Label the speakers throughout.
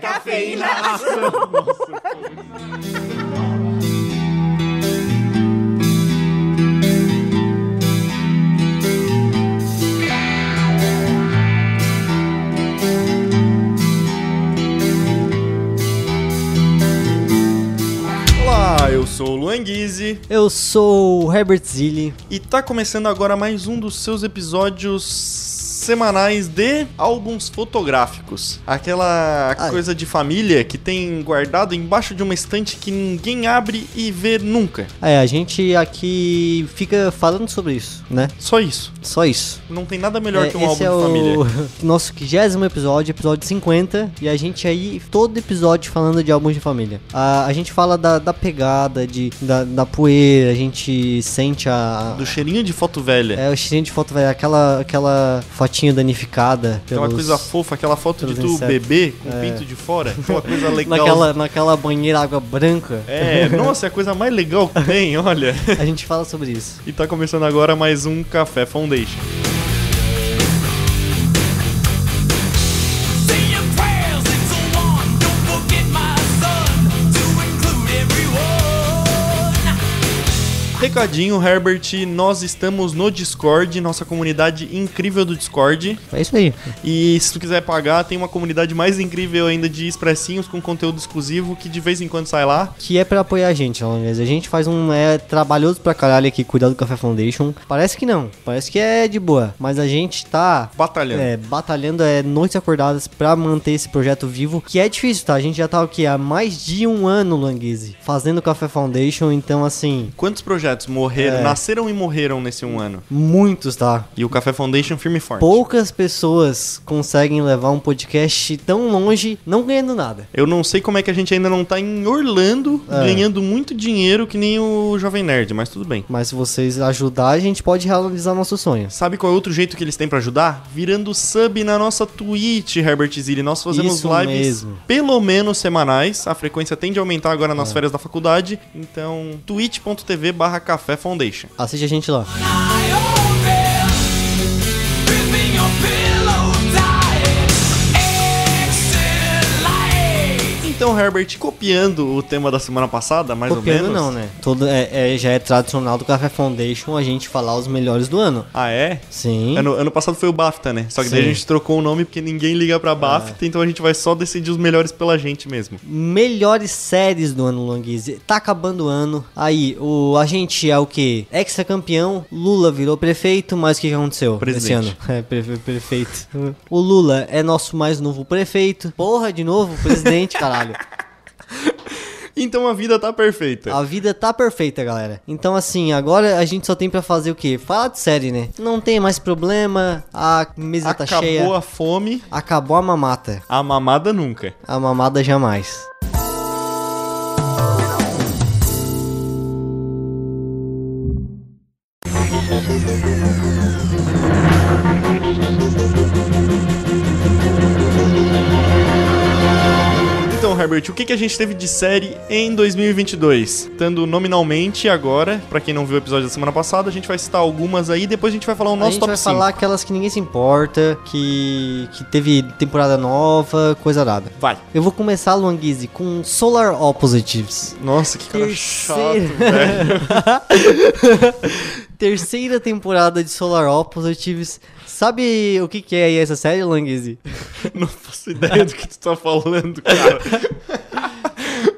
Speaker 1: cafeína.
Speaker 2: Olá, eu sou o Luan Guizzi
Speaker 3: Eu sou o Herbert Zilli.
Speaker 2: e tá começando agora mais um dos seus episódios semanais de álbuns fotográficos. Aquela
Speaker 3: Ai.
Speaker 2: coisa de família que tem guardado embaixo de uma estante que ninguém abre e vê nunca.
Speaker 3: É, a gente aqui fica falando sobre isso, né?
Speaker 2: Só isso.
Speaker 3: Só isso.
Speaker 2: Não tem nada melhor
Speaker 3: É,
Speaker 2: que um álbum
Speaker 3: esse é
Speaker 2: de família.
Speaker 3: o nosso quinzésimo episódio, episódio 50, e a gente aí, todo episódio falando de álbuns de família. A, a gente fala da, da pegada, de, da, da poeira, a gente sente a...
Speaker 2: Do cheirinho de foto velha.
Speaker 3: É, o cheirinho de foto, velho, aquela, aquela fotinha danificada.
Speaker 2: Aquela
Speaker 3: pelos-
Speaker 2: coisa fofa, aquela foto de
Speaker 3: pelos
Speaker 2: tu
Speaker 3: insetos.
Speaker 2: bebê com o pinto de fora. Aquela coisa legal.
Speaker 3: Naquela, naquela banheira água branca,
Speaker 2: É, nossa, é a coisa mais legal que tem, olha.
Speaker 3: a gente fala sobre isso.
Speaker 2: E tá começando agora mais um Café Foundation.
Speaker 4: Say your prayers, it's a one. Don't forget my son to include everyone.
Speaker 2: Recadinho, Herbert, nós estamos no Discord, nossa comunidade incrível do Discord.
Speaker 3: É isso aí.
Speaker 2: E se tu quiser pagar, tem uma comunidade mais incrível ainda de expressinhos com conteúdo exclusivo que de vez em quando sai lá.
Speaker 3: que é pra apoiar a gente, Alonés. A gente faz um é trabalhoso pra caralho aqui cuidar do Café Foundation. Parece que não, parece que é de boa, mas a gente tá
Speaker 2: Batalhando.
Speaker 3: é, batalhando é noites acordadas pra manter esse projeto vivo, que é difícil, tá? A gente já tá o que há mais de um ano, Languise, fazendo o Café Foundation, então assim,
Speaker 2: Quantos projetos morreram,
Speaker 3: É.
Speaker 2: nasceram e morreram nesse um ano?
Speaker 3: muitos, tá?
Speaker 2: E o Café Foundation firme e forte.
Speaker 3: Poucas pessoas conseguem levar um podcast tão longe não ganhando nada.
Speaker 2: Eu não sei como é que a gente ainda não tá em Orlando,
Speaker 3: É.
Speaker 2: ganhando muito dinheiro que nem o Jovem Nerd, mas tudo bem.
Speaker 3: Mas se vocês ajudar, a gente pode realizar nossos sonhos.
Speaker 2: Sabe qual é outro jeito que eles têm pra ajudar? Virando sub na nossa Twitch, Herbert Zilli. Nós fazemos
Speaker 3: Isso
Speaker 2: lives
Speaker 3: mesmo. É.
Speaker 2: pelo menos semanais. A frequência tende a aumentar agora nas férias da faculdade. Então, twitch.tv barra Café Foundation.
Speaker 3: Assiste a gente lá.
Speaker 4: I open, gripping your pillow tight. Exit light.
Speaker 2: Então, Herbert, copiando o tema da semana passada, mais
Speaker 3: Copiando
Speaker 2: ou menos.
Speaker 3: não, né? Todo, é, é- já é tradicional do Café Foundation a gente falar os melhores do ano.
Speaker 2: Ah, é?
Speaker 3: Sim.
Speaker 2: Ano, ano passado foi o BAFTA, né? Só que daí a
Speaker 3: Sim. É.
Speaker 2: gente trocou o nome porque ninguém liga pra BAFTA, então a gente vai só decidir os melhores pela gente mesmo.
Speaker 3: Melhores séries do ano, Longuizzi. Tá acabando o ano. Aí, o, a gente é o quê? Ex-campeão. Lula virou prefeito, mas o que que aconteceu
Speaker 2: Presidente.
Speaker 3: esse ano? É, prefe- prefeito. o Lula é nosso mais novo prefeito. Porra, de novo, presidente, caralho.
Speaker 2: Então a vida tá perfeita.
Speaker 3: A vida tá perfeita, galera. Então, assim, agora a gente só tem pra fazer o quê? Falar de série, né? Não tem mais problema, a mesa tá
Speaker 2: Acabou
Speaker 3: cheia.
Speaker 2: a fome,
Speaker 3: Acabou a mamata.
Speaker 2: a mamada nunca.
Speaker 3: A mamada jamais.
Speaker 2: Então, Herbert, o que, que a gente teve de série em 2022? Estando nominalmente agora, pra quem não viu o episódio da semana passada, a gente vai citar algumas aí, depois a gente vai falar o
Speaker 3: a
Speaker 2: nosso
Speaker 3: gente
Speaker 2: top
Speaker 3: vai
Speaker 2: 5.
Speaker 3: falar aquelas que ninguém se importa, que, que teve temporada nova, coisa arada.
Speaker 2: Vai.
Speaker 3: Eu vou começar, Luan Guizzi, com Solar Oppositives.
Speaker 2: Nossa, que cara
Speaker 3: Terceiro.
Speaker 2: chato, velho.
Speaker 3: Terceira temporada de Solar Oppositives. Sabe o que, que é aí essa série, Luan Guizzi?
Speaker 2: Não faço ideia do que tu tá falando, cara.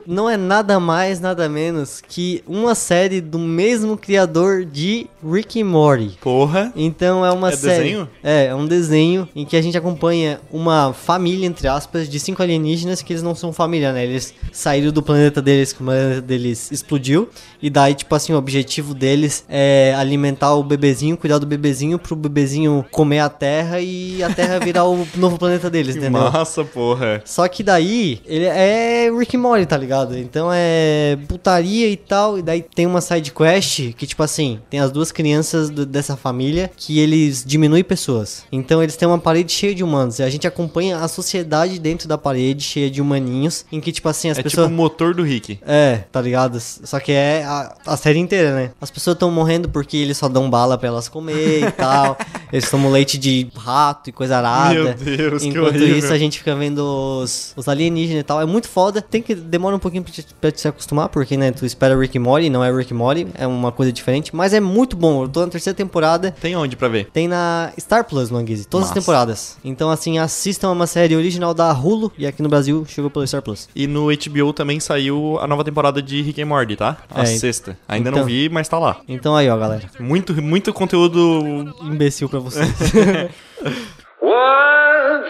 Speaker 3: Não é nada mais, nada menos que uma série do mesmo criador de Rick and Morty.
Speaker 2: Porra.
Speaker 3: Então é uma
Speaker 2: É
Speaker 3: série.
Speaker 2: desenho?
Speaker 3: É, é um desenho em que a gente acompanha uma família, entre aspas, de cinco alienígenas que eles não são família, né? Eles saíram do planeta deles, que o planeta deles explodiu. E daí, tipo assim, o objetivo deles é alimentar o bebezinho, cuidar do bebezinho, pro bebezinho comer a Terra e a Terra virar o novo planeta deles,
Speaker 2: Que
Speaker 3: entendeu?
Speaker 2: massa, porra.
Speaker 3: Só que daí, ele é Rick and Morty, tá largado. Então é putaria e tal. E daí tem uma side quest que, tipo assim, tem as duas crianças do- dessa família que eles diminuem pessoas. Então eles têm uma parede cheia de humanos. E a gente acompanha a sociedade dentro da parede cheia de humaninhos. Em que, tipo assim, as
Speaker 2: é
Speaker 3: pessoas.
Speaker 2: tipo o motor do Rick.
Speaker 3: É, tá ligado? Só que é a, a série inteira, né? As pessoas estão morrendo porque eles só dão bala pra elas comer e tal. Eles tomam leite de rato e coisa arada.
Speaker 2: Meu Deus, que
Speaker 3: Enquanto
Speaker 2: horrível.
Speaker 3: isso, a gente fica vendo os, os alienígenas e tal. É muito foda. Tem que demora um pouquinho pra te, pra te se acostumar, porque, né, tu espera Rick e Morty, não é Rick e Morty, é uma coisa diferente. Mas é muito bom. Eu tô na terceira temporada.
Speaker 2: Tem onde pra ver?
Speaker 3: Tem na Star Plus, Manguise, todas
Speaker 2: Massa.
Speaker 3: as temporadas. Então, assim, assistam a uma série original da Hulu e aqui no Brasil chegou pelo Star Plus.
Speaker 2: E no HBO também saiu a nova temporada de Rick and Morty, tá? A
Speaker 3: É,
Speaker 2: sexta. Ainda não
Speaker 3: então-
Speaker 2: vi, mas tá lá.
Speaker 3: Então aí, ó, galera.
Speaker 2: Muito, muito conteúdo
Speaker 3: Imbecil pra vocês.
Speaker 1: What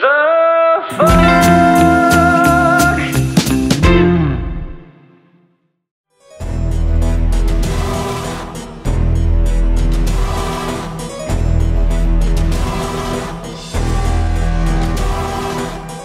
Speaker 1: the fuck?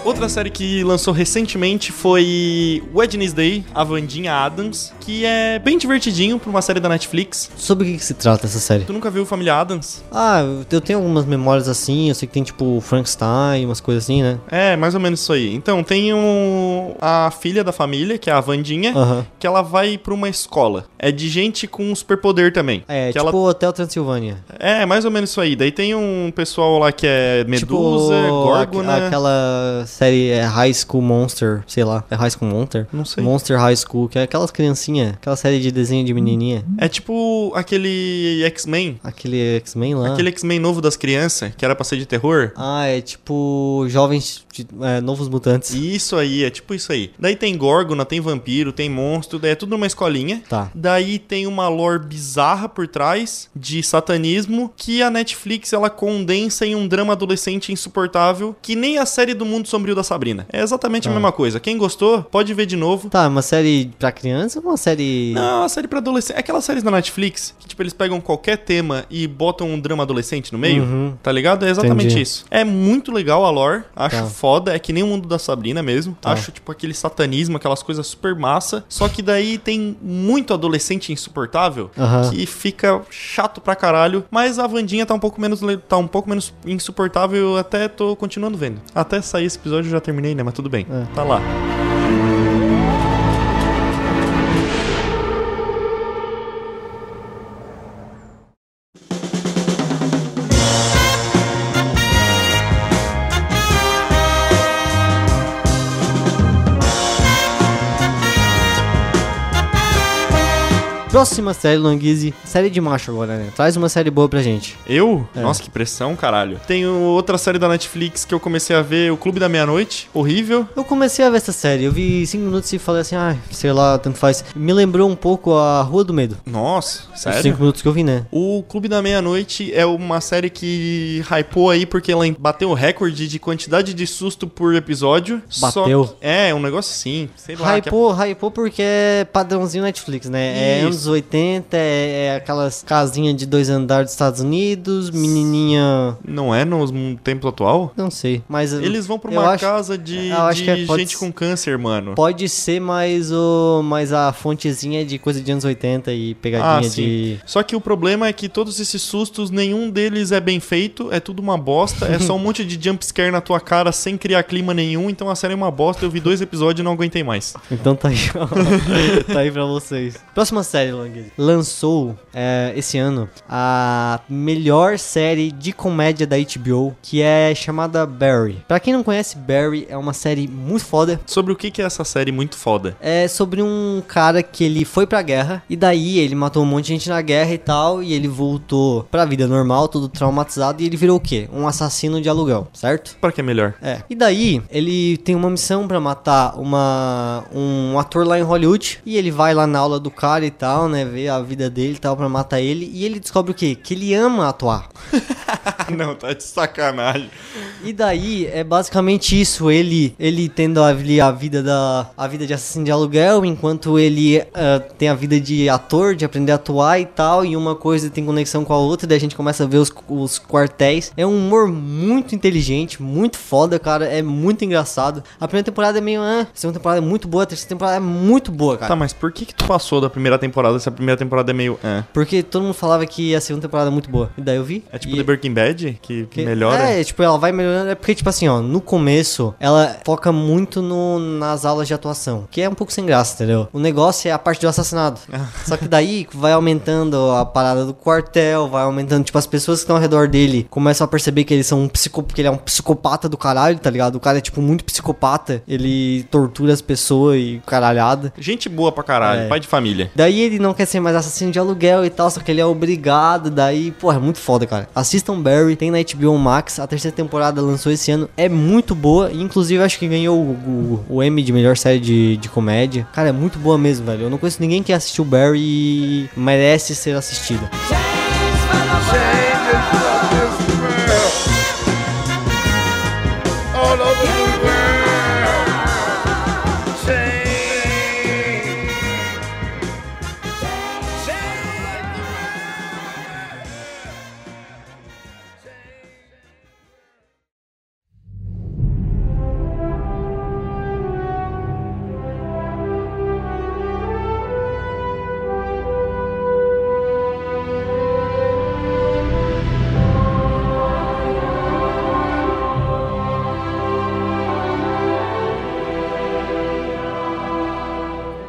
Speaker 2: Outra série que lançou recentemente foi Wednesday, a Vandinha Adams, que é bem divertidinho pra uma série da Netflix.
Speaker 3: Sobre o que, que se trata essa série?
Speaker 2: Tu nunca viu Família Adams?
Speaker 3: Ah, eu- eu tenho algumas memórias assim, eu sei que tem tipo Frankenstein, umas coisas assim, né?
Speaker 2: É, mais ou menos isso aí. Então, tem um, a filha da família, que é a Vandinha,
Speaker 3: Aham.
Speaker 2: que ela vai pra uma escola. É de gente com superpoder também.
Speaker 3: É,
Speaker 2: que
Speaker 3: tipo
Speaker 2: ela-
Speaker 3: Hotel Transilvânia.
Speaker 2: é, mais ou menos isso aí. Daí tem um pessoal lá que é né? Medusa,
Speaker 3: tipo,
Speaker 2: Gorgona...
Speaker 3: aque- aquela série é, High School Monster, sei lá, é High School Monster?
Speaker 2: Não sei.
Speaker 3: Monster High School, que é aquelas criancinhas, aquela série de desenho de menininha,
Speaker 2: É tipo aquele X-Men,
Speaker 3: aquele X-Men lá.
Speaker 2: aquele X-Men novo das crianças, que era pra ser de terror.
Speaker 3: Ah, é tipo jovens, de- é, novos mutantes.
Speaker 2: Isso aí, é tipo isso aí. Daí tem Górgona, tem vampiro, tem monstro, daí é tudo numa escolinha.
Speaker 3: Tá.
Speaker 2: Daí tem uma lore bizarra por trás de satanismo que a Netflix ela condensa em um drama adolescente insuportável que nem a série do Mundo Sombrio da Sabrina. É exatamente a
Speaker 3: Tá.
Speaker 2: mesma coisa. Quem gostou, pode ver de novo.
Speaker 3: Tá, é uma série pra criança ou uma série...
Speaker 2: Não, a série pra adolescente. é Aquelas séries da Netflix que, tipo, eles pegam qualquer tema e botam um drama adolescente no meio,
Speaker 3: Uhum.
Speaker 2: tá ligado? É exatamente
Speaker 3: Entendi.
Speaker 2: isso. É muito legal a lore, acho
Speaker 3: Tá.
Speaker 2: foda, é que nem o mundo da Sabrina mesmo. Acho, tipo, aquele satanismo, aquelas coisas super massa. Só que daí tem muito adolescente insuportável
Speaker 3: Aham.
Speaker 2: que fica chato pra caralho. Mas a Vandinha tá um pouco menos le- tá um pouco menos insuportável, eu até tô continuando vendo. Até sair esse episódio eu já terminei, né? Mas tudo bem.
Speaker 3: É.
Speaker 2: Tá lá.
Speaker 3: Próxima série, Longuizzi, série de macho agora, né? Traz uma série boa pra gente.
Speaker 2: Eu?
Speaker 3: É.
Speaker 2: Nossa, que pressão, caralho. Tem outra série da Netflix que eu comecei a ver, O Clube da Meia-Noite. Horrível.
Speaker 3: Eu comecei a ver essa série, eu vi 5 minutos e falei assim, ah, sei lá, tanto faz. Me lembrou um pouco a Rua do Medo.
Speaker 2: Nossa,
Speaker 3: Os
Speaker 2: sério?
Speaker 3: 5 minutos que eu vi, né?
Speaker 2: O Clube da Meia-Noite é uma série que hypou aí porque ela bateu o recorde de quantidade de susto por episódio. Só
Speaker 3: Bateu?
Speaker 2: que- é, um negócio assim. Sei lá. que é-
Speaker 3: Hypou, hypou porque é padrãozinho Netflix, né? É
Speaker 2: Isso.
Speaker 3: anos 80, é, é aquelas casinhas de dois andares dos Estados Unidos, menininha...
Speaker 2: Não é no tempo atual?
Speaker 3: Não sei, mas...
Speaker 2: Eles vão pra
Speaker 3: eu
Speaker 2: uma
Speaker 3: acho-
Speaker 2: casa de,
Speaker 3: eu acho
Speaker 2: de
Speaker 3: que é- pode
Speaker 2: gente
Speaker 3: ser-
Speaker 2: com câncer, mano.
Speaker 3: Pode ser mais, o, mais a fontezinha de coisa de anos 80 e
Speaker 2: Ah,
Speaker 3: pegadinha
Speaker 2: sim.
Speaker 3: de...
Speaker 2: Só que o problema é que todos esses sustos, nenhum deles é bem feito, é tudo uma bosta, é só um monte de jumpscare na tua cara sem criar clima nenhum, então a série é uma bosta, eu vi dois episódios e não aguentei mais.
Speaker 3: Então tá aí, ó. tá aí pra vocês. Próxima série, Langueira. Lançou é, esse ano a melhor série de comédia da HBO, que é chamada Barry. Pra quem não conhece, Barry é uma série muito foda.
Speaker 2: Sobre o que que é essa série muito foda?
Speaker 3: É sobre um cara que ele foi pra guerra e daí ele matou um monte de gente na guerra e tal. E ele voltou pra vida normal, todo traumatizado. E ele virou o quê? Um assassino de aluguel, certo?
Speaker 2: Pra que é melhor?
Speaker 3: É. E daí, ele tem uma missão pra matar uma um ator lá em Hollywood. E ele vai lá na aula do cara e tal, né? Ver a vida dele e tal pra matar ele. E ele descobre o quê? Que ele ama atuar.
Speaker 2: não, tá de sacanagem.
Speaker 3: E daí é basicamente isso, ele ele tendo ali a vida da a vida de assassino de aluguel, enquanto ele ah, tem a vida de ator, de aprender a atuar e tal, e uma coisa tem conexão com a outra, daí a gente começa a ver os, os quartéis. É um humor muito inteligente, muito foda, cara, é muito engraçado. A primeira temporada é meio, ah, a segunda temporada é muito boa, a terceira temporada é muito boa, cara.
Speaker 2: Tá, mas por que que tu passou da primeira temporada se a primeira temporada é meio... ah?
Speaker 3: Porque todo mundo falava que a segunda temporada é muito boa. E daí eu vi.
Speaker 2: É tipo
Speaker 3: e...
Speaker 2: The Breaking Bad, que,
Speaker 3: Que-
Speaker 2: melhora?
Speaker 3: É, tipo, ela vai melhorando. É porque, tipo assim, ó, no começo, ela foca muito no, nas aulas de atuação, que é um pouco sem graça, entendeu? O negócio é a parte do assassinato. Só que daí vai aumentando a parada do quartel, vai aumentando, tipo, as pessoas que estão ao redor dele começam a perceber que eles são um psico, que ele é um psicopata do caralho, tá ligado? O cara é, tipo, muito psicopata. Ele tortura as pessoas e caralhada.
Speaker 2: Gente boa pra caralho,
Speaker 3: É.
Speaker 2: pai de família.
Speaker 3: Daí ele não quer ser mais assassino de aluguel e tal, só que ele é obrigado. Daí, porra, é muito foda, cara. Assistam Barry, tem na HBO Max. A terceira temporada lançou esse ano, é muito boa. e, Inclusive, acho que ganhou o, o, o Emmy de melhor série de, de comédia. Cara, é muito boa mesmo, velho. Eu não conheço ninguém que assistiu Barry e merece ser assistida.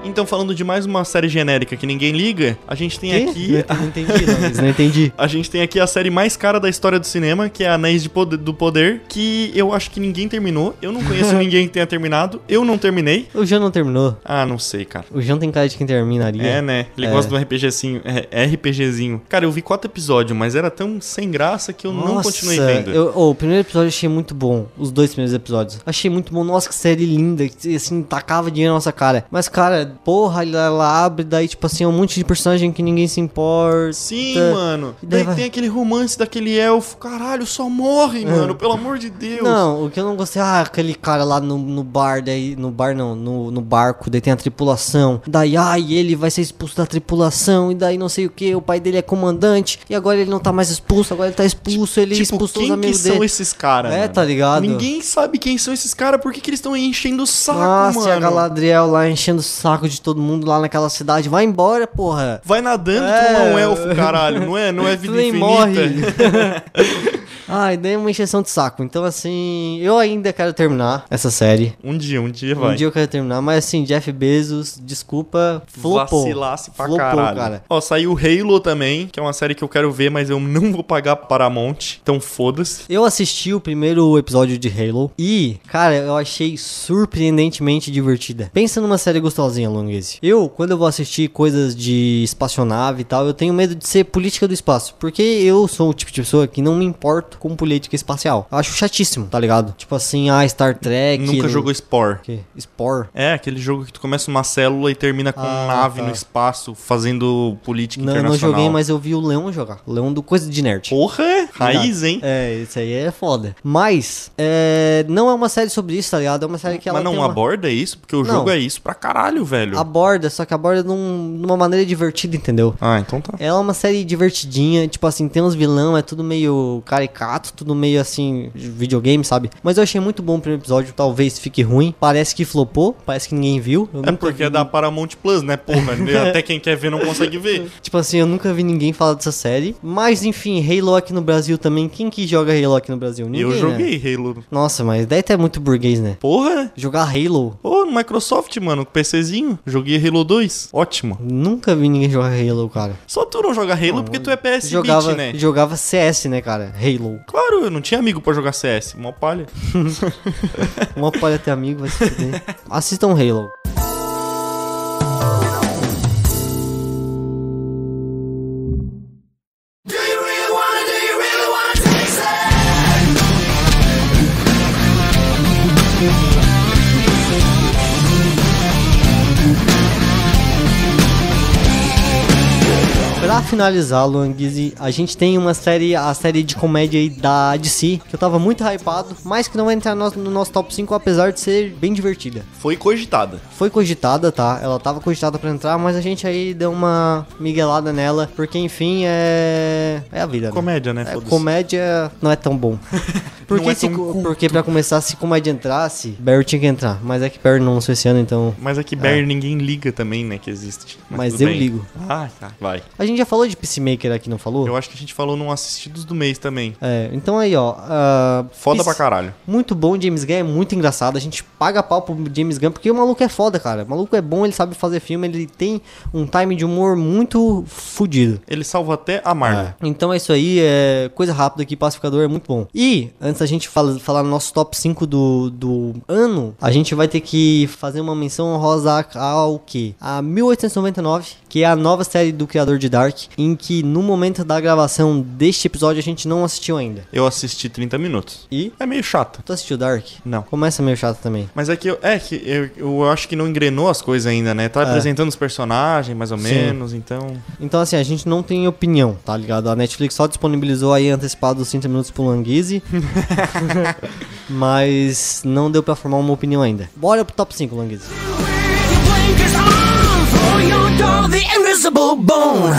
Speaker 2: Então, falando de mais uma série genérica que ninguém liga, a gente tem
Speaker 3: Quê?
Speaker 2: aqui.
Speaker 3: Não entendi, não entendi. Não, não entendi.
Speaker 2: A gente tem aqui a série mais cara da história do cinema, que é Anéis de Pod- do Poder, que eu acho que ninguém terminou. Eu não conheço ninguém que tenha terminado. Eu não terminei.
Speaker 3: O Jean não terminou.
Speaker 2: Ah, não sei, cara.
Speaker 3: O Jean tem cara de quem terminaria.
Speaker 2: É, né? Ele
Speaker 3: É.
Speaker 2: gosta do RPGzinho. É, RPGzinho. Cara, eu vi quatro episódios, mas era tão sem graça que eu não continuei vendo.
Speaker 3: eu- ô, o primeiro episódio eu achei muito bom. Os dois primeiros episódios. Achei muito bom. Nossa, que série linda. que, Assim, tacava dinheiro na nossa cara. Mas, cara, porra, ela, ela abre, daí, tipo assim, um monte de personagem que ninguém se importa.
Speaker 2: Sim, mano.
Speaker 3: E
Speaker 2: Daí
Speaker 3: daí vai-
Speaker 2: tem aquele romance daquele elfo. Caralho, só morre, mano. Pelo amor de Deus.
Speaker 3: É. Não, o que eu não gostei, ah, aquele cara lá no, no bar, daí, no bar não, no, no barco, daí tem a tripulação, daí, ai, ele vai ser expulso da tripulação, e daí não sei o que, o pai dele é comandante, e agora ele não tá mais expulso, agora ele tá expulso, ele
Speaker 2: Tipo,
Speaker 3: expulsou os
Speaker 2: quem que
Speaker 3: amigos
Speaker 2: são
Speaker 3: dele.
Speaker 2: esses caras?
Speaker 3: É,
Speaker 2: mano?
Speaker 3: tá ligado?
Speaker 2: Ninguém sabe quem são esses caras, por que, que eles estão enchendo o saco,
Speaker 3: Nossa, e a
Speaker 2: mano?
Speaker 3: Galadriel lá enchendo o saco de todo mundo lá naquela cidade. Vai embora, porra.
Speaker 2: Vai nadando, tu
Speaker 3: É.
Speaker 2: não é um elfo, caralho, não é? Não é
Speaker 3: Tu
Speaker 2: vida
Speaker 3: nem
Speaker 2: infinita.
Speaker 3: morre. Ai, dei uma encheção de saco. Então, assim, eu ainda quero terminar essa série.
Speaker 2: Um dia, um dia vai.
Speaker 3: Um dia eu quero terminar, mas assim, Jeff Bezos, desculpa, flopou.
Speaker 2: Vacilasse pra
Speaker 3: Flopou,
Speaker 2: caralho.
Speaker 3: cara.
Speaker 2: Ó, saiu Halo também, que é uma série que eu quero ver, mas eu não vou pagar Paramount. Então foda-se.
Speaker 3: Eu assisti o primeiro episódio de Halo e, cara, eu achei surpreendentemente divertida. Pensa numa série gostosinha, Longuese. Eu, quando eu vou assistir coisas de espaçonave e tal, eu tenho medo de ser política do espaço. Porque eu sou o tipo de pessoa que não me importo com política espacial. Eu acho chatíssimo, tá ligado? Tipo assim, ah, Star Trek.
Speaker 2: Nunca jogou Spore.
Speaker 3: que? Spore.
Speaker 2: É, aquele jogo que tu começa uma célula e termina com
Speaker 3: Ah,
Speaker 2: nave
Speaker 3: tá.
Speaker 2: no espaço, fazendo política
Speaker 3: Não, eu não
Speaker 2: internacional.
Speaker 3: joguei, mas eu vi o Leão jogar. O Leão do Coisa de Nerd.
Speaker 2: Porra! Raiz, hein?
Speaker 3: É, isso aí é foda. Mas, é, não é uma série sobre isso, tá ligado? É uma série que ela
Speaker 2: Mas não
Speaker 3: tem uma...
Speaker 2: aborda isso, porque o
Speaker 3: Não.
Speaker 2: jogo é isso pra caralho, velho.
Speaker 3: aborda, só que aborda num- numa maneira divertida, entendeu?
Speaker 2: Ah, então tá.
Speaker 3: Ela é uma série divertidinha, tipo assim, tem uns vilão, é tudo meio caricato, tudo meio assim, de videogame, sabe? Mas eu achei muito bom o primeiro episódio, talvez fique ruim. Parece que flopou, parece que ninguém viu. Eu
Speaker 2: É
Speaker 3: nunca
Speaker 2: porque
Speaker 3: vi
Speaker 2: é da Paramount Plus, né? Porra, até quem quer ver não consegue ver.
Speaker 3: Tipo assim, eu nunca vi ninguém falar dessa série. Mas enfim, Halo aqui no Brasil também. Quem que joga Halo aqui no Brasil? Ninguém,
Speaker 2: eu
Speaker 3: né?
Speaker 2: joguei Halo.
Speaker 3: Nossa, mas daí tá muito burguês, né?
Speaker 2: Porra!
Speaker 3: Jogar Halo.
Speaker 2: Ô, no Microsoft, mano, com PCzinho. Joguei Halo 2. Ótimo.
Speaker 3: Nunca vi ninguém jogar Halo, cara.
Speaker 2: Só tu não joga Halo porque tu é PS
Speaker 3: jogava,
Speaker 2: Beat, né?
Speaker 3: jogava CS, né, cara? Halo.
Speaker 2: Claro, eu não tinha amigo pra jogar CS. Mó palha.
Speaker 3: Uma palha ter amigo, vai se fuder. Assistam Halo. Pra Pra finalizar, Luan Guizzi, a gente tem uma série, a série de comédia aí da DC, que eu tava muito hypado, mas que não vai entrar no nosso, no nosso top 5, apesar de ser bem divertida.
Speaker 2: Foi cogitada.
Speaker 3: Foi cogitada, tá? Ela tava cogitada pra entrar, mas a gente aí deu uma miguelada nela, porque enfim, é. É a vida. né?
Speaker 2: Comédia, né?
Speaker 3: É,
Speaker 2: Foda-se.
Speaker 3: comédia não é tão bom. Porque,
Speaker 2: Não é
Speaker 3: se
Speaker 2: tão
Speaker 3: co-
Speaker 2: culto.
Speaker 3: porque pra começar, se comédia entrasse, Barry tinha que entrar. Mas é que Barry não lançou esse ano, então.
Speaker 2: Mas é que Barry ninguém liga também, né? Que existe.
Speaker 3: Mas
Speaker 2: tudo
Speaker 3: eu
Speaker 2: bem.
Speaker 3: ligo.
Speaker 2: Ah, tá. Vai.
Speaker 3: A gente já falou de Peacemaker aqui, não falou?
Speaker 2: Eu acho que a gente falou num Assistidos do Mês também.
Speaker 3: É, então aí, ó. ah,
Speaker 2: Foda
Speaker 3: Peace-
Speaker 2: pra caralho.
Speaker 3: Muito bom, James Gunn é muito engraçado. A gente paga pau pro James Gunn porque o maluco é foda, cara. O maluco é bom, ele sabe fazer filme, ele tem um time de humor muito fodido.
Speaker 2: Ele salva até a Marvel.
Speaker 3: Então é isso aí, é coisa rápida aqui, pacificador é muito bom. E, antes da gente fala, falar no nosso top 5 do, do ano, a gente vai ter que fazer uma menção honrosa ao quê? A 1899, que é a nova série do criador de Dark, em que no momento da gravação deste episódio a gente não assistiu ainda.
Speaker 2: Eu assisti 30 minutos.
Speaker 3: E?
Speaker 2: É meio chato.
Speaker 3: Tu assistiu Dark?
Speaker 2: Não.
Speaker 3: Começa meio chato também.
Speaker 2: Mas é que eu, é que eu, eu acho que não engrenou as coisas ainda, né?
Speaker 3: É.
Speaker 2: Tá apresentando os personagens, mais ou menos, então.
Speaker 3: Então, assim, a gente não tem opinião, tá ligado? A Netflix só disponibilizou aí antecipado os 30 minutos pro Languise. mas não deu pra formar uma opinião ainda. Bora pro top 5, Languise.
Speaker 4: Your blinkers on for your doll, the invisible bone.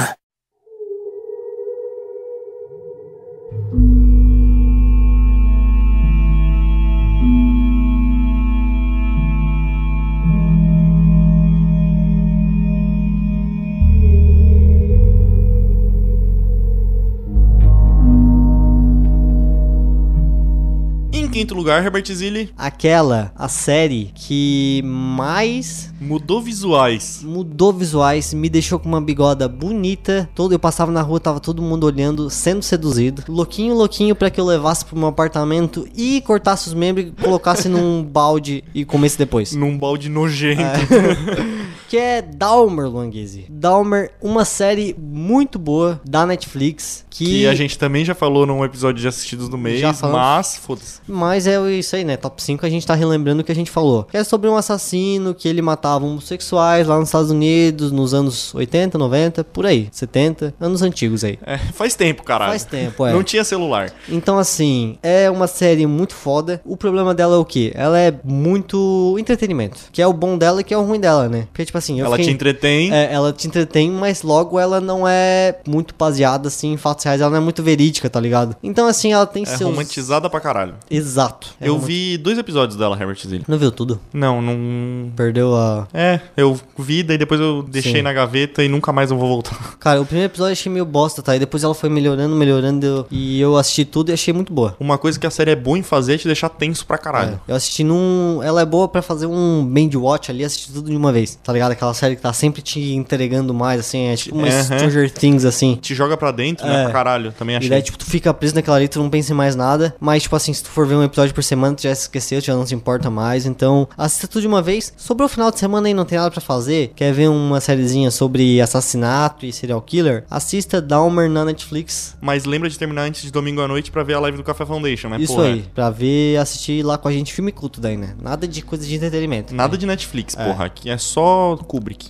Speaker 2: Em quinto lugar, Herbert Zilli
Speaker 3: Aquela, a série que mais
Speaker 2: mudou visuais.
Speaker 3: mudou visuais, me deixou com uma bigoda bonita. Todo eu passava na rua, tava todo mundo olhando, sendo seduzido. Louquinho, louquinho pra que eu levasse pro meu apartamento e cortasse os membros e colocasse num balde e comesse depois.
Speaker 2: Num balde nojento.
Speaker 3: É. que é Dahmer, Luanguese. Dahmer, uma série muito boa da Netflix que,
Speaker 2: Que a gente também já falou num episódio de Assistidos do Mês,
Speaker 3: Já falamos.
Speaker 2: mas foda-se.
Speaker 3: Mas é isso aí, né? Top 5 a gente tá relembrando o que a gente falou. Que é sobre um assassino que ele matava homossexuais lá nos Estados Unidos nos anos 80, 90, por aí, 70, anos antigos aí.
Speaker 2: É, faz tempo, caralho.
Speaker 3: Faz tempo, é.
Speaker 2: Não tinha celular.
Speaker 3: Então, assim, é uma série muito foda. O problema dela é o quê? Ela é muito entretenimento. Que é o bom dela e que é o ruim dela, né? Porque, tipo assim, eu
Speaker 2: Ela te
Speaker 3: fiquei-
Speaker 2: entretém.
Speaker 3: É, ela te entretém, mas logo ela não é muito baseada assim em fatos reais, ela não é muito verídica, tá ligado? Então assim, ela tem
Speaker 2: É
Speaker 3: seus
Speaker 2: romantizada pra caralho.
Speaker 3: Exato. É
Speaker 2: eu
Speaker 3: romanti-
Speaker 2: vi dois episódios dela, Herbert Zilli.
Speaker 3: Não viu tudo?
Speaker 2: Não, não.
Speaker 3: Perdeu a.
Speaker 2: É, eu vi, daí depois eu deixei
Speaker 3: Sim.
Speaker 2: na gaveta e nunca mais eu vou voltar.
Speaker 3: Cara, o primeiro episódio eu achei meio bosta, tá? E depois ela foi melhorando, melhorando, eu- e eu assisti tudo e achei muito boa.
Speaker 2: Uma coisa que a série é boa em fazer é te deixar tenso pra caralho.
Speaker 3: Eu assisti num. Ela é boa pra fazer um binge watch ali, assistir tudo de uma vez, tá ligado? Aquela série que tá sempre te entregando mais, assim, é tipo uma
Speaker 2: Aham.
Speaker 3: Stranger Things, assim.
Speaker 2: Te joga pra dentro, né?
Speaker 3: É.
Speaker 2: Pra caralho, também achei.
Speaker 3: E daí, tipo, tu fica preso naquela ali, tu não pensa em mais nada. Mas, tipo assim, se tu for ver um episódio por semana, tu já se esqueceu, tu já não se importa mais. Então, assista tudo de uma vez. Sobrou o final de semana e não tem nada pra fazer. Quer ver uma sériezinha sobre assassinato e serial killer? Assista Dahmer na Netflix.
Speaker 2: Mas lembra de terminar antes de domingo à noite pra ver a live do Café Foundation, né?
Speaker 3: Isso
Speaker 2: Porra.
Speaker 3: aí, pra ver, assistir lá com a gente filme culto daí, né? Nada de coisa de entretenimento.
Speaker 2: Nada de Netflix, porra. Aqui é só Kubrick.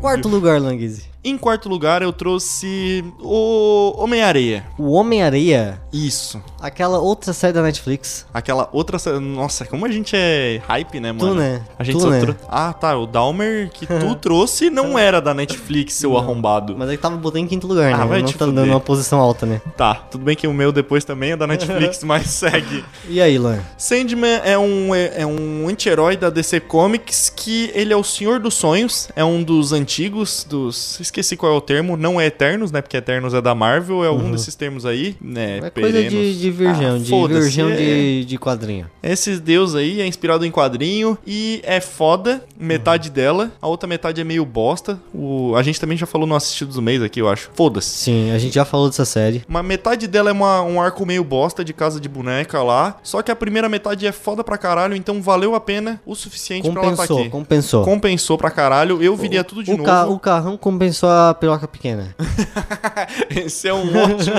Speaker 3: Quarto lugar, Languise.
Speaker 2: Em quarto lugar, eu trouxe o Homem-Areia.
Speaker 3: O Homem-Areia,
Speaker 2: Isso.
Speaker 3: aquela outra série da Netflix.
Speaker 2: Aquela outra. sé- Nossa, como a gente é hype, né, mano?
Speaker 3: né?
Speaker 2: A gente
Speaker 3: Tu,
Speaker 2: só
Speaker 3: né?
Speaker 2: trou- Ah, tá. O Dahmer que tu trouxe não era da Netflix, seu arrombado.
Speaker 3: Mas é que tava botando em quinto lugar,
Speaker 2: Ah,
Speaker 3: né?
Speaker 2: vai
Speaker 3: Não
Speaker 2: te
Speaker 3: tá
Speaker 2: fuder.
Speaker 3: dando uma posição alta, né?
Speaker 2: Tá, tudo bem que o meu depois também é da Netflix, mas segue.
Speaker 3: E aí, Lan?
Speaker 2: Sandman é um, é, é um anti-herói da DC Comics que ele é o Senhor dos Sonhos, é um dos antigos dos. Esqueci qual é o termo, não é Eternos, né? Porque Eternos é da Marvel, é algum desses termos aí, né?
Speaker 3: Uhum. É coisa de,
Speaker 2: perenos.
Speaker 3: de virgão,
Speaker 2: Ah,
Speaker 3: de
Speaker 2: foda-se,
Speaker 3: virgão
Speaker 2: é-
Speaker 3: de, de quadrinho.
Speaker 2: Esses deus aí é inspirado em quadrinho e é foda, metade
Speaker 3: Uhum.
Speaker 2: dela, a outra metade é meio bosta. O, a gente também já falou no assistido do mês aqui, eu acho. Foda-se.
Speaker 3: Sim, a gente já falou dessa série.
Speaker 2: Uma metade dela é uma- um arco meio bosta de casa de boneca lá. Só que a primeira metade é foda pra caralho, então valeu a pena o suficiente pra ela tá
Speaker 3: Compensou,
Speaker 2: aqui.
Speaker 3: compensou.
Speaker 2: Compensou pra caralho. Eu viria tudo de
Speaker 3: o,
Speaker 2: novo.
Speaker 3: ca- o carrão compensou a piroca pequena.
Speaker 2: Esse é um ótimo.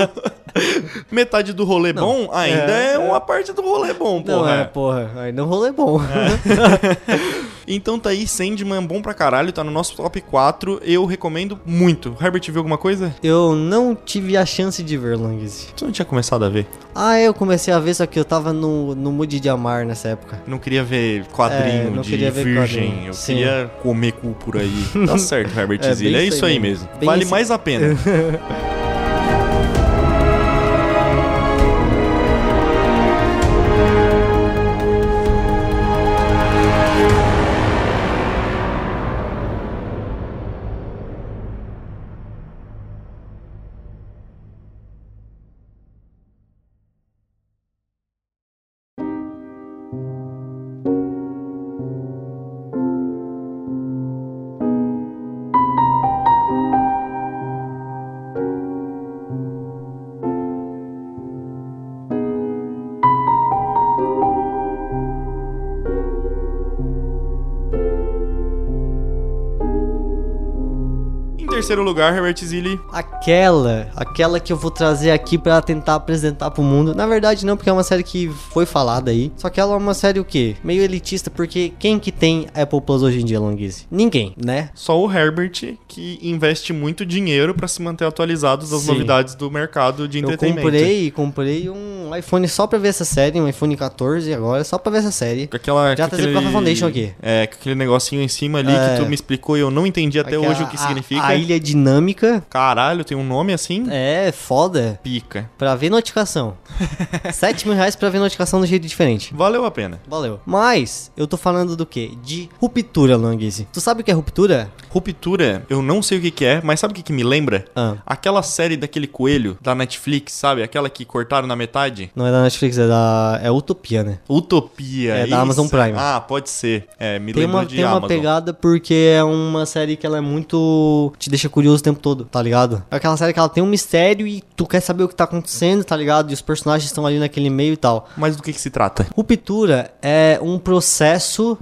Speaker 2: metade do rolê bom ainda é, uma parte do rolê bom, porra.
Speaker 3: Não, é, porra. Aí não rolou é bom.
Speaker 2: Então tá aí, Sandman, bom pra caralho, tá no nosso top 4, eu recomendo muito. Herbert, viu alguma coisa?
Speaker 3: Eu não tive a chance de ver Langs.
Speaker 2: Tu não tinha começado a ver?
Speaker 3: Ah, eu comecei a ver, só que eu tava no, no mood de amar nessa época.
Speaker 2: Não queria ver quadrinho
Speaker 3: É, não
Speaker 2: de
Speaker 3: queria ver
Speaker 2: virgem,
Speaker 3: quadrinho,
Speaker 2: eu
Speaker 3: sim.
Speaker 2: queria comer cu por aí. Tá certo, Herbert
Speaker 3: É,
Speaker 2: Zilli,
Speaker 3: bem
Speaker 2: é isso aí mesmo.
Speaker 3: Bem
Speaker 2: vale
Speaker 3: isso-
Speaker 2: mais a pena. em terceiro lugar, Herbert Zilli,
Speaker 3: Aquela, aquela que eu vou trazer aqui pra tentar apresentar pro mundo. Na verdade, não, porque é uma série que foi falada aí. Só que ela é uma série o quê? Meio elitista, porque quem que tem Apple Plus hoje em dia, Languise? Ninguém, né?
Speaker 2: só o Herbert que investe muito dinheiro pra se manter atualizado das
Speaker 3: Sim.
Speaker 2: novidades do mercado de
Speaker 3: Eu
Speaker 2: entretenimento.
Speaker 3: comprei, comprei um iPhone só pra ver essa série, um iPhone 14 agora, só pra ver essa série.
Speaker 2: Com Aquela,
Speaker 3: Já
Speaker 2: com
Speaker 3: trazer Coca Foundation aqui.
Speaker 2: É, com aquele negocinho em cima ali
Speaker 3: É.
Speaker 2: que tu me explicou e eu não entendi até
Speaker 3: Aquela-
Speaker 2: hoje o que
Speaker 3: a-
Speaker 2: significa.
Speaker 3: A, ilha dinâmica
Speaker 2: Caralho, tem um nome assim?
Speaker 3: é foda
Speaker 2: Pica.
Speaker 3: pra ver notificação. 7 mil reais pra ver notificação de um jeito diferente.
Speaker 2: Valeu a pena.
Speaker 3: Valeu. Mas, eu tô falando do quê? De ruptura, Languise. Tu sabe o que é ruptura?
Speaker 2: Ruptura, eu não sei o que, que é, mas sabe o que, que me lembra?
Speaker 3: Ah.
Speaker 2: Aquela série daquele coelho da Netflix, sabe? Aquela que cortaram na metade?
Speaker 3: Não é da Netflix, é da. É Utopia, né?
Speaker 2: Utopia.
Speaker 3: É da Amazon Prime.
Speaker 2: Ah, pode ser. É, me
Speaker 3: Tem
Speaker 2: lembro
Speaker 3: uma,
Speaker 2: de
Speaker 3: tem uma
Speaker 2: Amazon.
Speaker 3: pegada porque é uma série que ela é muito. te deixa curioso o tempo todo, tá ligado? É aquela série que ela tem um mistério e tu quer saber o que tá acontecendo, tá ligado? E os personagens estão ali naquele meio e tal.
Speaker 2: Mas do que, que se trata?
Speaker 3: Ruptura é um processo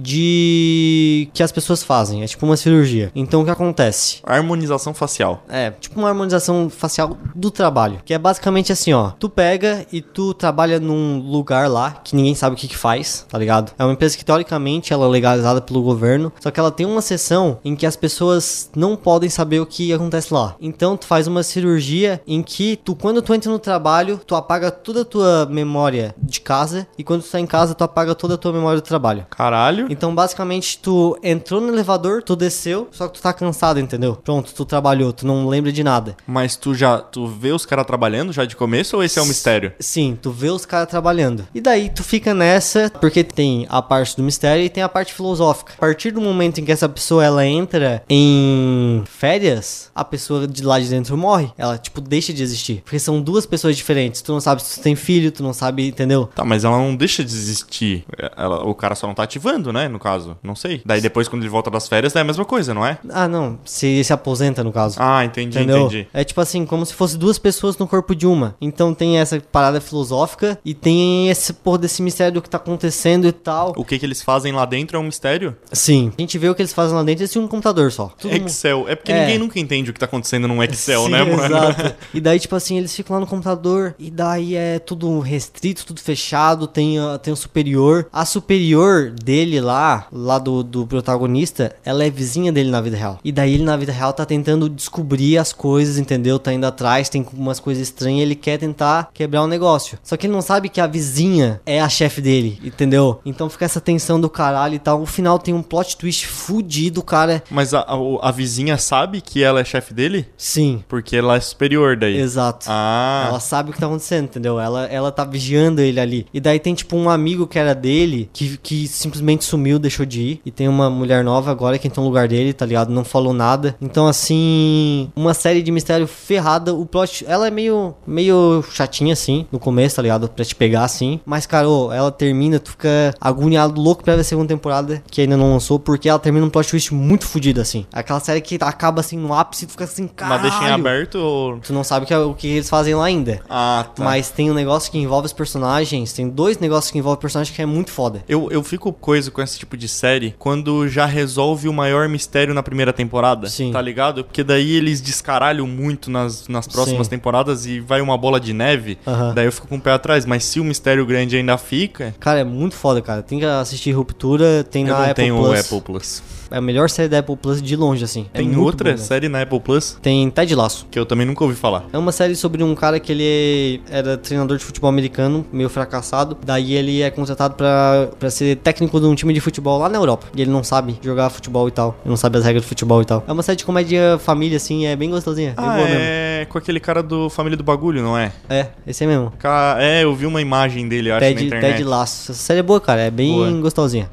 Speaker 3: de. que as pessoas fazem, é tipo uma cirurgia. Então o que acontece?
Speaker 2: Harmonização facial.
Speaker 3: É, tipo uma harmonização facial do trabalho. Que é basicamente assim, ó. Tu pega e tu trabalha num lugar lá que ninguém sabe o que que faz, tá ligado? É uma empresa que teoricamente ela é legalizada pelo governo, só que ela tem uma seção em que as pessoas não podem saber o que acontece lá. Então tu faz uma cirurgia em que tu quando tu entra no trabalho, tu apaga toda a tua memória de casa e quando tu tá em casa, tu apaga toda a tua memória do trabalho.
Speaker 2: Caralho.
Speaker 3: Então, basicamente, tu entrou no elevador, tu desceu, só que tu tá cansado, entendeu? Pronto, tu trabalhou, tu não lembra de nada.
Speaker 2: Mas tu já tu vê os caras trabalhando já de começo ou esse é um mistério?
Speaker 3: Sim, tu vê os caras trabalhando. E daí tu fica nessa, porque tem a parte do mistério e tem a parte filosófica. A partir do momento em que essa pessoa ela entra em férias, a pessoa de lá de dentro morre. Ela, tipo, deixa de existir. Porque são duas pessoas diferentes. Tu não sabe se tu tem filho, tu não sabe, entendeu?
Speaker 2: Tá, mas ela não deixa de existir. Ela- o cara só não tá ativando, né? No caso, não sei. Daí depois, quando ele volta das férias, daí é a mesma coisa, não é?
Speaker 3: Ah, não. Se se aposenta, no caso.
Speaker 2: Ah, entendi,
Speaker 3: Entendeu?
Speaker 2: entendi.
Speaker 3: É tipo assim, como se fosse duas pessoas no corpo de uma. Então tem essa parada filosófica e tem esse porra desse mistério do que tá acontecendo e tal.
Speaker 2: O que, que eles fazem lá dentro é um mistério?
Speaker 3: Sim. A gente vê o que eles fazem lá dentro, eles tinham um computador só. Tudo mu-
Speaker 2: Excel. É porque
Speaker 3: É.
Speaker 2: ninguém nunca entende o que tá acontecendo num Excel,
Speaker 3: Sim,
Speaker 2: né, mano?
Speaker 3: Exato. E daí, tipo assim, eles ficam lá no computador e daí é tudo restrito, tudo fechado, tem, a- tem o superior. A superior dele lá, lá do, do protagonista, ela é vizinha dele na vida real. E daí ele na vida real tá tentando descobrir as coisas, entendeu? Tá indo atrás, tem umas coisas estranhas, ele quer tentar quebrar o negócio. Só que ele não sabe que a vizinha é a chefe dele, entendeu? Então fica essa tensão do caralho e tal. O final tem um plot twist fudido, cara.
Speaker 2: Mas a, a, o- a vizinha sabe que ela é chefe dele?
Speaker 3: Sim,
Speaker 2: Porque ela é superior daí.
Speaker 3: exato.
Speaker 2: Ah.
Speaker 3: Ela sabe o que tá acontecendo, entendeu? Ela, ela tá vigiando ele ali. E daí tem, tipo, um amigo que era dele, que, que simplesmente sumiu, deixou de ir. E tem uma mulher nova agora que entrou no lugar dele, tá ligado? Não falou nada. Então, assim, uma série de mistério ferrada. O plot, ela é meio, meio chatinha, assim, no começo, tá ligado? Pra te pegar, assim. Mas, cara, ô, ela termina, tu fica agoniado, louco pra ver a segunda temporada, que ainda não lançou, porque ela termina um plot twist muito fodido, assim. Aquela série que acaba, assim, no ápice, tu fica assim, cara.
Speaker 2: Mas deixa em aberto ou...
Speaker 3: Tu não sabe o que- é, o que eles fazem lá ainda.
Speaker 2: Ah, tá.
Speaker 3: Mas tem um negócio que envolve os personagens, tem dois negócios que envolvem personagens que é muito foda.
Speaker 2: Eu, eu fico coisa com esse tipo de série quando já resolve o maior mistério na primeira temporada.
Speaker 3: Sim.
Speaker 2: Tá ligado? Porque daí eles descaralham muito nas, nas próximas
Speaker 3: Sim.
Speaker 2: temporadas e vai uma bola de neve.
Speaker 3: Aham.
Speaker 2: Daí eu fico com o pé atrás. Mas se o mistério grande ainda fica,
Speaker 3: Cara, é muito foda, cara. Tem que assistir Ruptura, tem
Speaker 2: eu
Speaker 3: na
Speaker 2: não
Speaker 3: Apple
Speaker 2: tenho
Speaker 3: Plus.
Speaker 2: Apple Plus.
Speaker 3: É a melhor série da Apple Plus de longe, assim. É
Speaker 2: Tem
Speaker 3: muito
Speaker 2: outra
Speaker 3: boa, né?
Speaker 2: série na Apple Plus
Speaker 3: Tem Ted Laço.
Speaker 2: que eu também nunca ouvi falar.
Speaker 3: É uma série sobre um cara que ele era treinador de futebol americano, meio fracassado. Daí ele é contratado pra pra ser técnico de um time de futebol lá na Europa. E ele não sabe jogar futebol e tal. Ele não sabe as regras do futebol e tal. É uma série de comédia família, assim, é bem gostosinha. bem
Speaker 2: Ah,
Speaker 3: boa mesmo.
Speaker 2: é com aquele cara do Família do Bagulho, não é?
Speaker 3: É, esse é mesmo.
Speaker 2: Ca- É, eu vi uma imagem dele, eu acho, na
Speaker 3: Ted,
Speaker 2: internet.
Speaker 3: Ted Laço. Essa série é boa, cara. É bem
Speaker 2: Boa.
Speaker 3: gostosinha.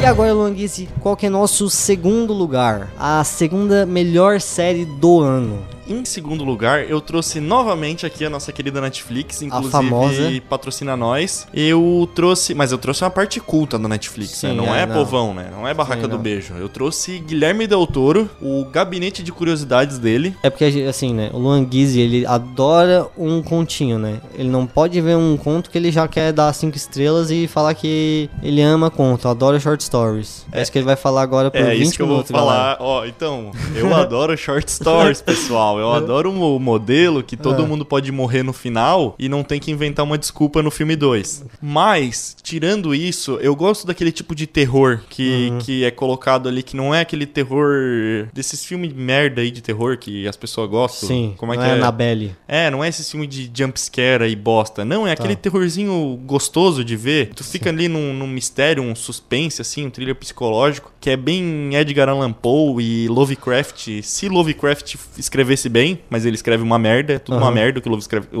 Speaker 3: E agora, Longuice, qual que é nosso segundo lugar? A segunda melhor série do ano.
Speaker 2: Em segundo lugar, eu trouxe novamente aqui a nossa querida Netflix, inclusive
Speaker 3: famosa.
Speaker 2: patrocina nós. Eu trouxe, mas eu trouxe uma parte culta da Netflix, né?
Speaker 3: Sim,
Speaker 2: Não
Speaker 3: é,
Speaker 2: é,
Speaker 3: não.
Speaker 2: povão, né? Não é barraca
Speaker 3: Sim,
Speaker 2: do
Speaker 3: não.
Speaker 2: beijo. Eu trouxe Guilherme Del Toro, o gabinete de curiosidades dele.
Speaker 3: É porque, assim, né? O Luan Guizzi, ele adora um continho, né? Ele não pode ver um conto que ele já quer dar cinco estrelas e falar que ele ama conto, adora short stories. É isso que ele vai falar agora por
Speaker 2: É
Speaker 3: 20
Speaker 2: isso que eu vou
Speaker 3: minutos, galera.
Speaker 2: falar. Ó, então, eu adoro short stories, pessoal.
Speaker 3: É.
Speaker 2: Eu adoro o modelo que todo mundo pode morrer no final e não tem que inventar uma desculpa no filme 2. Mas, tirando isso, eu gosto daquele tipo de terror que,
Speaker 3: Uhum.
Speaker 2: que é colocado ali, que não é aquele terror desses filmes de merda aí de terror que as pessoas gostam.
Speaker 3: Sim,
Speaker 2: Como é
Speaker 3: não
Speaker 2: que
Speaker 3: é
Speaker 2: é?
Speaker 3: Annabelle.
Speaker 2: É, não é esse filme de jumpscare e bosta. Não,
Speaker 3: Tá.
Speaker 2: é aquele terrorzinho gostoso de ver. Tu fica ali num, num mistério, um suspense, assim, um thriller psicológico, que é bem Edgar Allan Poe e Lovecraft. Se Lovecraft escrevesse bem, mas ele escreve uma merda, é tudo uma
Speaker 3: Aham. Uhum.
Speaker 2: merda o que o Lovecraft, o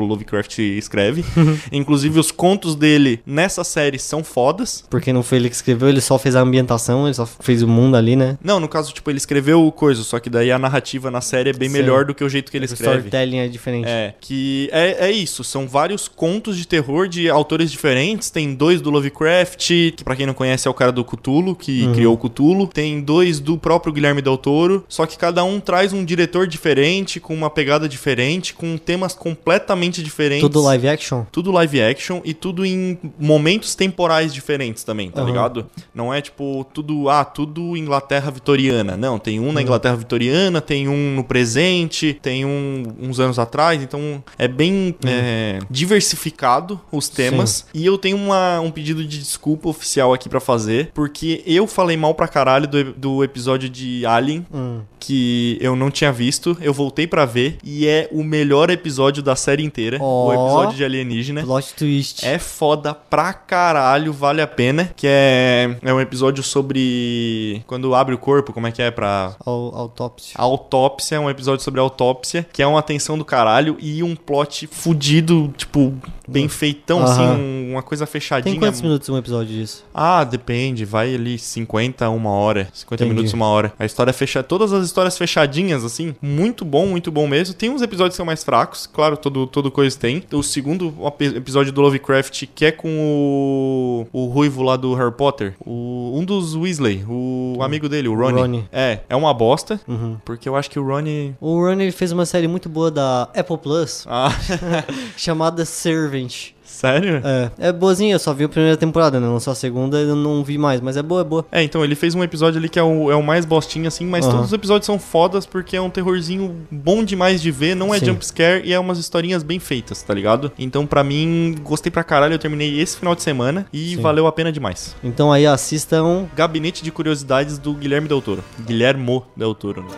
Speaker 2: Lovecraft escreve. Inclusive, os contos dele nessa série são fodas.
Speaker 3: Porque não foi ele que escreveu, ele só fez a ambientação, ele só fez o mundo ali, né?
Speaker 2: Não, no caso, tipo, ele escreveu o coisa, só que daí a narrativa na série é bem
Speaker 3: Sim.
Speaker 2: melhor do que o jeito que ele
Speaker 3: o
Speaker 2: escreve.
Speaker 3: storytelling é diferente.
Speaker 2: É, que é, é isso. São vários contos de terror de autores diferentes. Tem dois do Lovecraft, que pra quem não conhece é o cara do Cthulhu, que
Speaker 3: Uhum.
Speaker 2: criou o Cthulhu. Tem dois do próprio Guilherme Del Toro. Só que cada um traz um diretor diferente, com uma pegada diferente, com temas completamente diferentes.
Speaker 3: Tudo live action?
Speaker 2: Tudo live action e tudo em momentos temporais diferentes também, tá
Speaker 3: Aham.
Speaker 2: ligado? Não é tipo tudo, ah, tudo Inglaterra vitoriana. Não, tem
Speaker 3: Uhum.
Speaker 2: um na Inglaterra vitoriana, tem um no presente, tem um uns anos atrás. Então é bem
Speaker 3: Uhum.
Speaker 2: é, diversificado os temas. E eu tenho uma, um pedido de desculpa oficial aqui pra fazer, porque eu falei mal pra caralho do, do episódio de Alien
Speaker 3: Hum.
Speaker 2: que eu não tinha visto, eu voltei pra ver e é o melhor episódio da série inteira,
Speaker 3: Ó.
Speaker 2: o episódio de alienígena.
Speaker 3: Plot twist.
Speaker 2: É foda pra caralho, vale a pena. Que é, é um episódio sobre. Quando abre o corpo, como é que é? Pra.
Speaker 3: Au- autópsia.
Speaker 2: A autópsia, um episódio sobre a autópsia, que é uma atenção do caralho e um plot fudido, tipo, bem feitão, assim,
Speaker 3: Uhum. Aham.
Speaker 2: um- uma coisa fechadinha.
Speaker 3: Tem quantos minutos um episódio disso?
Speaker 2: Ah, depende. Vai ali 50 a uma hora. 50
Speaker 3: Entendi.
Speaker 2: minutos, uma hora. A história fecha. Todas as histórias fechadinhas, assim. Muito bom, muito bom mesmo. Tem uns episódios que são mais fracos. Claro, todo, todo coisa tem. O segundo ep- episódio do Lovecraft, que é com o, o ruivo lá do Harry Potter. O, um dos Weasley. O amigo dele, o Ronnie.
Speaker 3: Hum. Ronnie.
Speaker 2: É, é uma bosta.
Speaker 3: Uhum.
Speaker 2: Porque eu acho que o Ronnie...
Speaker 3: O Ronnie ele fez uma série muito boa da Apple Plus
Speaker 2: Ah,
Speaker 3: chamada Servant.
Speaker 2: Sério?
Speaker 3: É, é boazinha, eu só vi a primeira temporada, né? Não só a segunda, eu não vi mais, mas é boa, é boa.
Speaker 2: É, então, ele fez um episódio ali que é o, é o mais bostinho, assim, mas
Speaker 3: Aham.
Speaker 2: todos os episódios são fodas porque é um terrorzinho bom demais de ver, não é
Speaker 3: Sim.
Speaker 2: jumpscare e é umas historinhas bem feitas, tá ligado? Então, pra mim, gostei pra caralho, eu terminei esse final de semana e
Speaker 3: Sim.
Speaker 2: valeu a pena demais.
Speaker 3: Então aí assistam.
Speaker 2: Gabinete de Curiosidades do Guilherme Del Toro. Guilhermo Del Toro. né?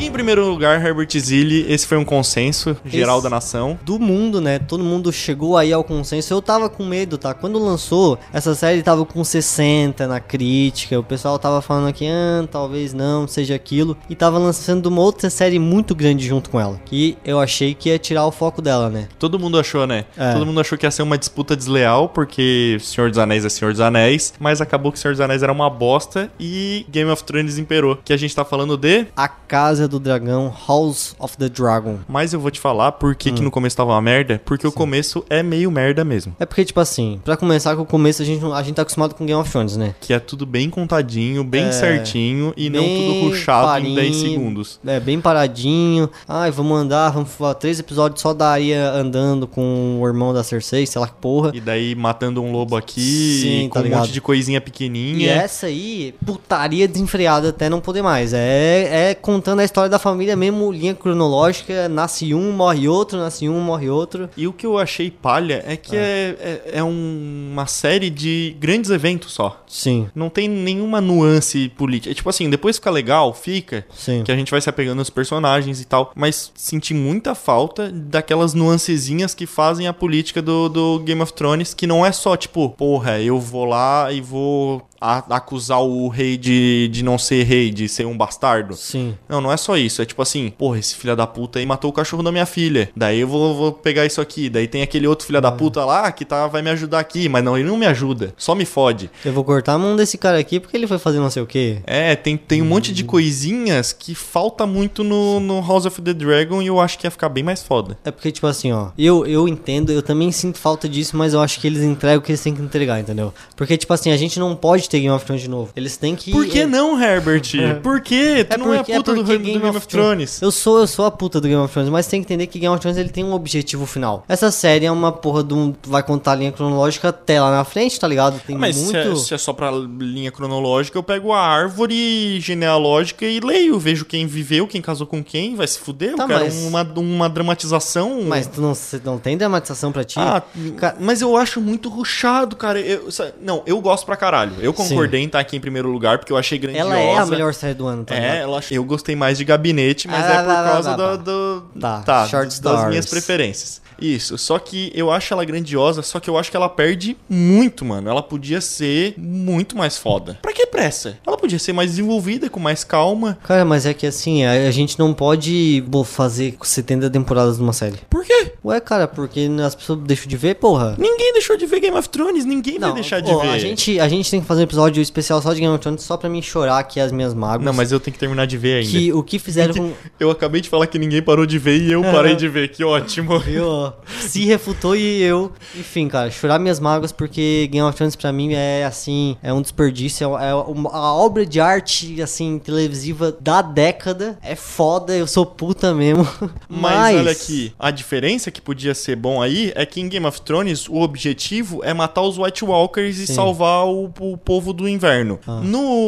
Speaker 2: Em primeiro lugar, Herbert Zilli, esse foi um consenso geral
Speaker 3: Esse-
Speaker 2: da nação.
Speaker 3: Do mundo, né? Todo mundo chegou aí ao consenso. Eu tava com medo, tá? Quando lançou, essa série tava com 60 na crítica. O pessoal tava falando aqui, ah, talvez não, seja aquilo. E tava lançando uma outra série muito grande junto com ela. Que eu achei que ia tirar o foco dela, né?
Speaker 2: Todo mundo achou, né?
Speaker 3: É.
Speaker 2: Todo mundo achou que ia ser uma disputa desleal, porque Senhor dos Anéis é Senhor dos Anéis, mas acabou que Senhor dos Anéis era uma bosta e Game of Thrones imperou. Que a gente tá falando de.
Speaker 3: A Casa do Dragão, House of the Dragon.
Speaker 2: Mas eu vou te falar por que,
Speaker 3: Hum.
Speaker 2: que no começo tava uma merda, porque o começo é meio merda mesmo.
Speaker 3: É porque, tipo assim, pra começar com o começo, a gente, não- a gente tá acostumado com Game of Thrones, né?
Speaker 2: Que é tudo bem contadinho, bem certinho e não
Speaker 3: É. Bem
Speaker 2: tudo ruchado em
Speaker 3: farinha,
Speaker 2: 10 segundos.
Speaker 3: É, bem paradinho. Ai, vamos andar, vamos falar três episódios só da Arya andando com o irmão da Cersei, sei lá que porra.
Speaker 2: E daí matando um lobo aqui,
Speaker 3: Sim,
Speaker 2: e com
Speaker 3: tá
Speaker 2: um monte
Speaker 3: ligado.
Speaker 2: de coisinha
Speaker 3: E é
Speaker 2: pequenininha.
Speaker 3: essa aí, putaria desenfreada até não poder mais. É, é contando a história da família mesmo, linha cronológica, nasce um, morre outro, nasce um, morre outro.
Speaker 2: E o que eu achei palha é que é, é, é um- uma série de grandes eventos só.
Speaker 3: Sim,
Speaker 2: Não tem nenhuma nuance política. É tipo assim, depois fica legal, fica.
Speaker 3: sim.
Speaker 2: Que a gente vai se apegando aos personagens e tal. Mas senti muita falta daquelas nuancezinhas que fazem a política do, do Game of Thrones. Que não é só tipo, porra, eu vou lá e vou a- acusar o rei de, de não ser rei, de ser um bastardo.
Speaker 3: Sim.
Speaker 2: Não, não é só isso. É tipo assim, porra, esse filho da puta aí matou o cachorro da minha filha. Daí eu vou, vou pegar isso aqui. Daí tem aquele outro filho da puta lá que tá, vai me ajudar aqui. Mas não, ele não me ajuda. Só me fode.
Speaker 3: Eu vou cortar a mão desse cara aqui porque ele foi fazer não sei o quê.
Speaker 2: É, tem, tem um monte de coisinhas que falta muito no, no House of the Dragon e eu acho que ia ficar bem mais foda.
Speaker 3: É porque, tipo assim, ó, eu, eu entendo, eu também sinto falta disso, mas eu acho que eles entregam o que eles têm que entregar, entendeu? Porque, tipo assim, a gente não pode ter Game of Thrones de novo. Eles têm que.
Speaker 2: Por que
Speaker 3: é-
Speaker 2: não, Herbert? Por que? Tu não é a puta do,
Speaker 3: porque
Speaker 2: do Game of Thrones.
Speaker 3: Eu sou, eu sou a puta do Game of Thrones, mas tem que entender que Game of Thrones ele tem um objetivo final. Essa série é uma porra de um. Vai contar a linha cronológica até lá na frente, tá ligado? Tem
Speaker 2: Mas se, é,
Speaker 3: muito.
Speaker 2: se é só pra linha cronológica, eu pego a árvore genealógica e leio, vejo quem viveu, quem casou com quem, vai se fuder.
Speaker 3: Tá,
Speaker 2: eu quero
Speaker 3: mas-
Speaker 2: uma, uma dramatização.
Speaker 3: Mas tu não, cê não tem dramatização pra ti?
Speaker 2: Ah,
Speaker 3: Ca-
Speaker 2: mas eu acho muito ruchado, cara. Eu- sa- não, eu gosto pra caralho. Eu concordei em estar aqui em primeiro lugar, porque eu achei grandiosa.
Speaker 3: Ela é a melhor série do ano, tá ligado?
Speaker 2: É, ela- eu gostei mais de gabinete, mas
Speaker 3: Ah,
Speaker 2: é por
Speaker 3: lá, lá,
Speaker 2: causa
Speaker 3: lá,
Speaker 2: da-
Speaker 3: lá.
Speaker 2: do,
Speaker 3: Tá, Short
Speaker 2: das
Speaker 3: Stars.
Speaker 2: minhas preferências. Isso, só que eu acho ela grandiosa, só que eu acho que ela perde muito, mano. Ela podia ser muito mais foda. Pra que pressa? Ela podia ser mais desenvolvida, com mais calma.
Speaker 3: Cara, mas é que assim, a, a gente não pode bo, fazer 70 temporadas numa série.
Speaker 2: Por quê?
Speaker 3: Ué, cara, porque as pessoas deixam de ver, porra.
Speaker 2: Ninguém deixou de ver Game of Thrones, ninguém vai deixar de
Speaker 3: pô,
Speaker 2: ver.
Speaker 3: A gente, a gente tem que fazer um episódio especial só de Game of Thrones só pra mim chorar aqui as minhas mágoas.
Speaker 2: Não, mas eu tenho que terminar de ver ainda.
Speaker 3: que um- o que fizeram com.
Speaker 2: Eu acabei de falar que ninguém parou de ver e eu parei de ver, que ótimo.
Speaker 3: Eu, se refutou e eu. Enfim, cara, chorar minhas mágoas porque Game of Thrones pra mim é assim, é um desperdício. É, é uma- a obra de arte, assim, televisiva da década. É foda, eu sou puta mesmo.
Speaker 2: Mas, olha aqui, a diferença que podia ser bom aí é que em Game of Thrones o objetivo é matar os White Walkers e salvar o, o povo do inverno.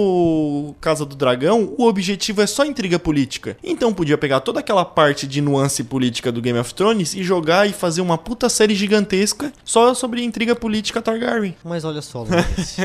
Speaker 2: No Casa do Dragão, o objetivo é só intriga política. Então podia pegar toda aquela parte de nuance política do Game of Thrones e jogar e fazer uma puta série gigantesca só sobre intriga política Targaryen.
Speaker 3: Mas olha só, Lucas.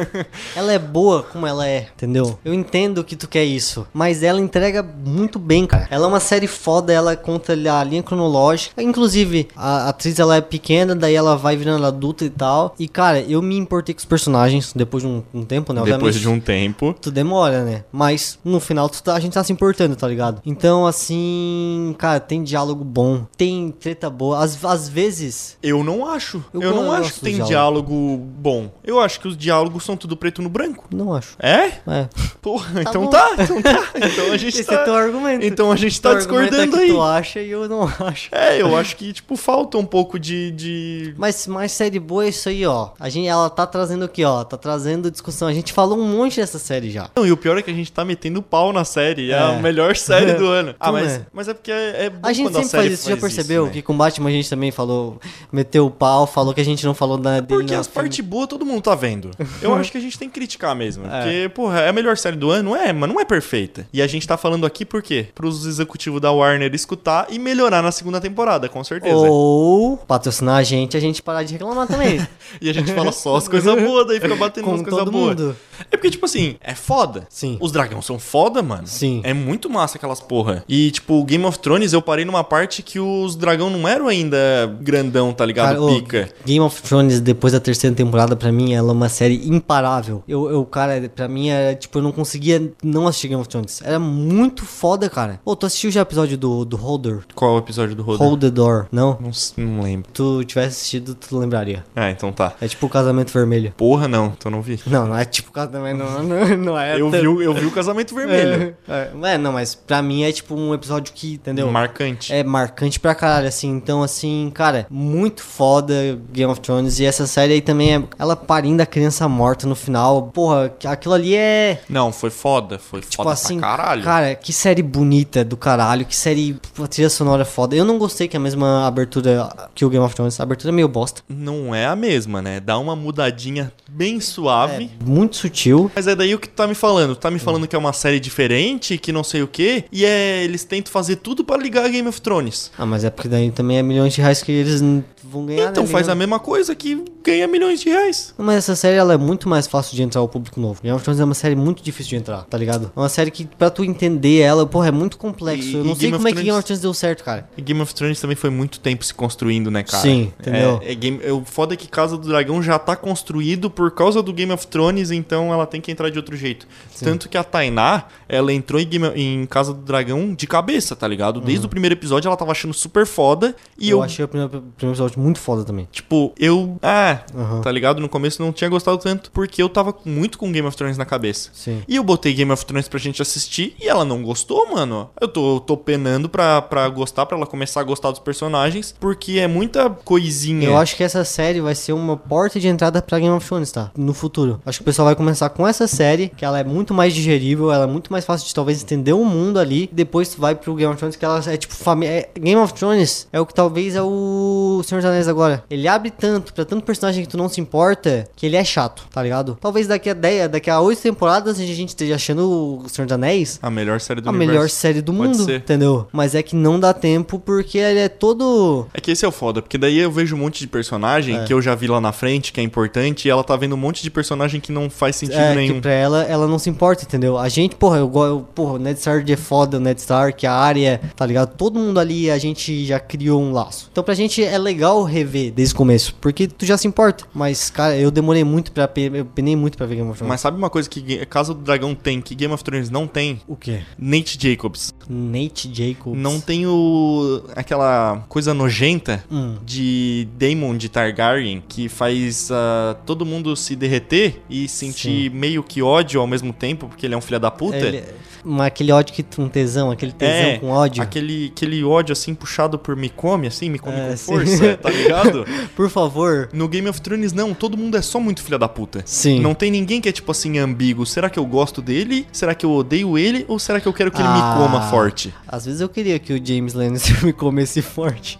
Speaker 3: ela é boa como ela é, entendeu? Eu entendo que tu quer isso, mas ela entrega muito bem, cara. Ela é uma série foda, ela conta a linha cronológica. Inclusive, a atriz ela é pequena, daí ela vai virando adulta e tal. E, cara, eu me importei com os personagens depois de um, um tempo, né?
Speaker 2: Depois
Speaker 3: Obviamente,
Speaker 2: de um tempo.
Speaker 3: Tu demora, né? Mas no final tu tá- a gente tá se importando, tá ligado? Então, assim, cara, tem diálogo bom, tem treta boa. Às, às vezes,
Speaker 2: Eu não acho.
Speaker 3: Eu
Speaker 2: Eu, não
Speaker 3: gosto
Speaker 2: acho que
Speaker 3: do
Speaker 2: tem diálogo bom. Eu acho que os diálogos são tudo preto no branco.
Speaker 3: não acho.
Speaker 2: É?
Speaker 3: É.
Speaker 2: Porra, então
Speaker 3: bom.
Speaker 2: tá, então tá. Então a gente
Speaker 3: Esse
Speaker 2: tá.
Speaker 3: é teu argumento.
Speaker 2: Então a gente
Speaker 3: Teu
Speaker 2: tá
Speaker 3: argumento
Speaker 2: discordando
Speaker 3: é que
Speaker 2: aí.
Speaker 3: Tu acha e eu não acho.
Speaker 2: É, eu acho que, tipo, falta um pouco de. de...
Speaker 3: Mas mais série boa é isso aí, ó. A gente, ela tá trazendo aqui, ó. Tá trazendo discussão. A gente falou um monte dessa série já.
Speaker 2: Não, e o pior é que a gente tá metendo pau na série. É,
Speaker 3: É.
Speaker 2: a melhor série do ano. Ah,
Speaker 3: Então
Speaker 2: mas,
Speaker 3: é.
Speaker 2: mas é porque é, é bom
Speaker 3: A gente
Speaker 2: quando a
Speaker 3: sempre
Speaker 2: série
Speaker 3: faz isso, já percebeu?
Speaker 2: né?
Speaker 3: Que com Batman a gente também falou, meteu o pau, falou que a gente não falou nada dele.
Speaker 2: Porque
Speaker 3: no
Speaker 2: as
Speaker 3: filme.
Speaker 2: partes boas todo mundo tá vendo. Eu acho que a gente tem que criticar mesmo. Porque, porra, é a melhor série do ano, é, mas não é perfeita. E a gente tá falando aqui por quê? Pros executivos da Warner escutar e melhorar na segunda temporada, com certeza.
Speaker 3: Ou patrocinar a gente, a gente parar de reclamar também.
Speaker 2: E a gente fala só as coisas boas, daí fica batendo
Speaker 3: Como
Speaker 2: nas coisas
Speaker 3: todo
Speaker 2: boas.
Speaker 3: mundo.
Speaker 2: É porque, tipo assim, é foda.
Speaker 3: Sim.
Speaker 2: Os dragões são foda, mano.
Speaker 3: Sim.
Speaker 2: É muito massa aquelas porra. E, tipo, Game of Thrones, eu parei numa parte que os dragão não eram ainda grandão, tá ligado?
Speaker 3: Cara, ô,
Speaker 2: Pica.
Speaker 3: Game of Thrones, depois da terceira temporada, pra mim, ela é uma série imparável. Eu, eu, cara, pra mim, era, tipo, eu não conseguia não assistir Game of Thrones. Era muito foda, cara. Ô, tu assistiu já o episódio do, do Holder?
Speaker 2: Qual é o episódio do Rodan?
Speaker 3: Hold the Door, não?
Speaker 2: Não, s- não lembro.
Speaker 3: Tu tivesse assistido, tu lembraria.
Speaker 2: Ah, então tá.
Speaker 3: É tipo o Casamento Vermelho.
Speaker 2: Porra, não. Então não vi.
Speaker 3: Não, não é tipo o Casamento... Não, não, não é...
Speaker 2: Eu
Speaker 3: tanto.
Speaker 2: vi, o, eu vi o Casamento Vermelho.
Speaker 3: É, é, não, mas pra mim é tipo um episódio que, entendeu?
Speaker 2: Marcante.
Speaker 3: É marcante pra caralho, assim. Então, assim, cara, muito foda Game of Thrones. E essa série aí também é. Ela parindo a criança morta no final. Porra, aquilo ali é.
Speaker 2: Não, foi foda. Foi
Speaker 3: Tipo
Speaker 2: foda
Speaker 3: assim,
Speaker 2: pra caralho.
Speaker 3: cara, que série bonita do caralho, que série, pô, trilha sonora foda. Eu não gostei que é a mesma abertura que o Game of Thrones, a abertura é meio bosta,
Speaker 2: Não é a mesma, né? Dá uma mudadinha bem
Speaker 3: É,
Speaker 2: suave.
Speaker 3: muito sutil.
Speaker 2: Mas é daí o que tu tá me falando. Tu
Speaker 3: Hum.
Speaker 2: tá me falando que é uma série diferente, que não sei o quê, e é eles tentam fazer tudo pra ligar a Game of Thrones.
Speaker 3: Ah, mas é porque daí também é milhões de reais que eles n- vão ganhar,
Speaker 2: Então
Speaker 3: né,
Speaker 2: faz a
Speaker 3: ligado?
Speaker 2: mesma coisa que ganha milhões de reais.
Speaker 3: Mas essa série ela é muito mais fácil de entrar ao público novo. Game of Thrones é uma série muito difícil de entrar, tá ligado? É uma série que, pra tu entender ela, porra, é muito complexo.
Speaker 2: E-
Speaker 3: eu
Speaker 2: e
Speaker 3: não sei
Speaker 2: Game of
Speaker 3: como é que
Speaker 2: Thrones-
Speaker 3: Game of Thrones deu certo, cara.
Speaker 2: E Game of Thrones também foi muito tempo se construindo, né, cara?
Speaker 3: Sim, entendeu?
Speaker 2: É, é game, é o foda é que Casa do Dragão já tá construído por causa do Game of Thrones, então ela tem que entrar de outro jeito. Tanto que a Tainá, ela entrou em, Game- em Casa do Dragão de cabeça, tá ligado? Desde o primeiro episódio ela tava achando super foda. E
Speaker 3: Uhum. eu,
Speaker 2: eu,
Speaker 3: achei o primeiro, o primeiro episódio muito foda também.
Speaker 2: Tipo, eu. Ah,
Speaker 3: Aham.
Speaker 2: tá ligado? No começo não tinha gostado tanto, porque eu tava muito com Game of Thrones na cabeça.
Speaker 3: Sim.
Speaker 2: E eu botei Game of Thrones pra gente assistir e ela não gostou, mano. Eu tô, eu tô penando pra, pra gostar, pra ela começar a gostar dos personagens, porque é muita coisinha.
Speaker 3: Eu acho que essa série vai ser uma porta de entrada pra Game of Thrones, tá? No futuro. Acho que o pessoal vai começar com essa série, que ela é muito mais digerível, ela é muito mais fácil de talvez entender o mundo ali. Depois tu vai pro Game of Thrones, que ela é tipo família. Game of Thrones é o que talvez é o Senhor dos Anéis agora. Ele abre tanto pra tanto personagem que tu não se importa, que ele é chato, tá ligado? Talvez daqui a 10, daqui a 8 temporadas a gente esteja achando o Senhor dos Anéis
Speaker 2: A melhor série do
Speaker 3: a
Speaker 2: universo.
Speaker 3: melhor série do
Speaker 2: Pode
Speaker 3: mundo,
Speaker 2: ser.
Speaker 3: entendeu? Mas é que não dá tempo porque ele é todo
Speaker 2: É que esse é o foda, porque daí eu vejo um monte de
Speaker 3: É.
Speaker 2: personagem que eu já vi lá na frente, que é importante, e ela tá vendo um monte de personagem que não faz sentido
Speaker 3: É,
Speaker 2: nenhum.
Speaker 3: que pra ela, ela não se importa, entendeu? A gente, porra, eu gosto, porra, o Ned Stark é foda, o Ned Stark, a área, tá ligado? Todo mundo ali, a gente já criou um laço. Então pra gente é legal rever desde o começo, porque tu já se importa. Mas, cara, eu demorei muito pra, pe- eu penei muito pra ver Game of Thrones.
Speaker 2: Mas sabe uma coisa que Ga- Casa do Dragão tem, que Game of Thrones não tem?
Speaker 3: O quê?
Speaker 2: Nate Jacobs.
Speaker 3: Nate Jacobs.
Speaker 2: Não tem o. aquela coisa nojenta
Speaker 3: Hum.
Speaker 2: de Daemon de Targaryen que faz ah, todo mundo se derreter e sentir meio que ódio ao mesmo tempo, porque ele é um filho da puta.
Speaker 3: Ele- mas aquele ódio que tu, um tesão, aquele tesão com ódio.
Speaker 2: É, Aquele, aquele ódio assim puxado por me come, assim, me come
Speaker 3: É,
Speaker 2: com
Speaker 3: sim.
Speaker 2: força, tá ligado?
Speaker 3: Por favor.
Speaker 2: No Game of Thrones, não, todo mundo é só muito filha da puta.
Speaker 3: Sim.
Speaker 2: Não tem ninguém que é tipo assim ambíguo. Será que eu gosto dele? Será que eu odeio ele? Ou será que eu quero que ele
Speaker 3: Ah.
Speaker 2: me coma forte?
Speaker 3: Às vezes eu queria que o James Lannister me comesse forte.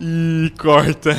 Speaker 2: Ih, corta.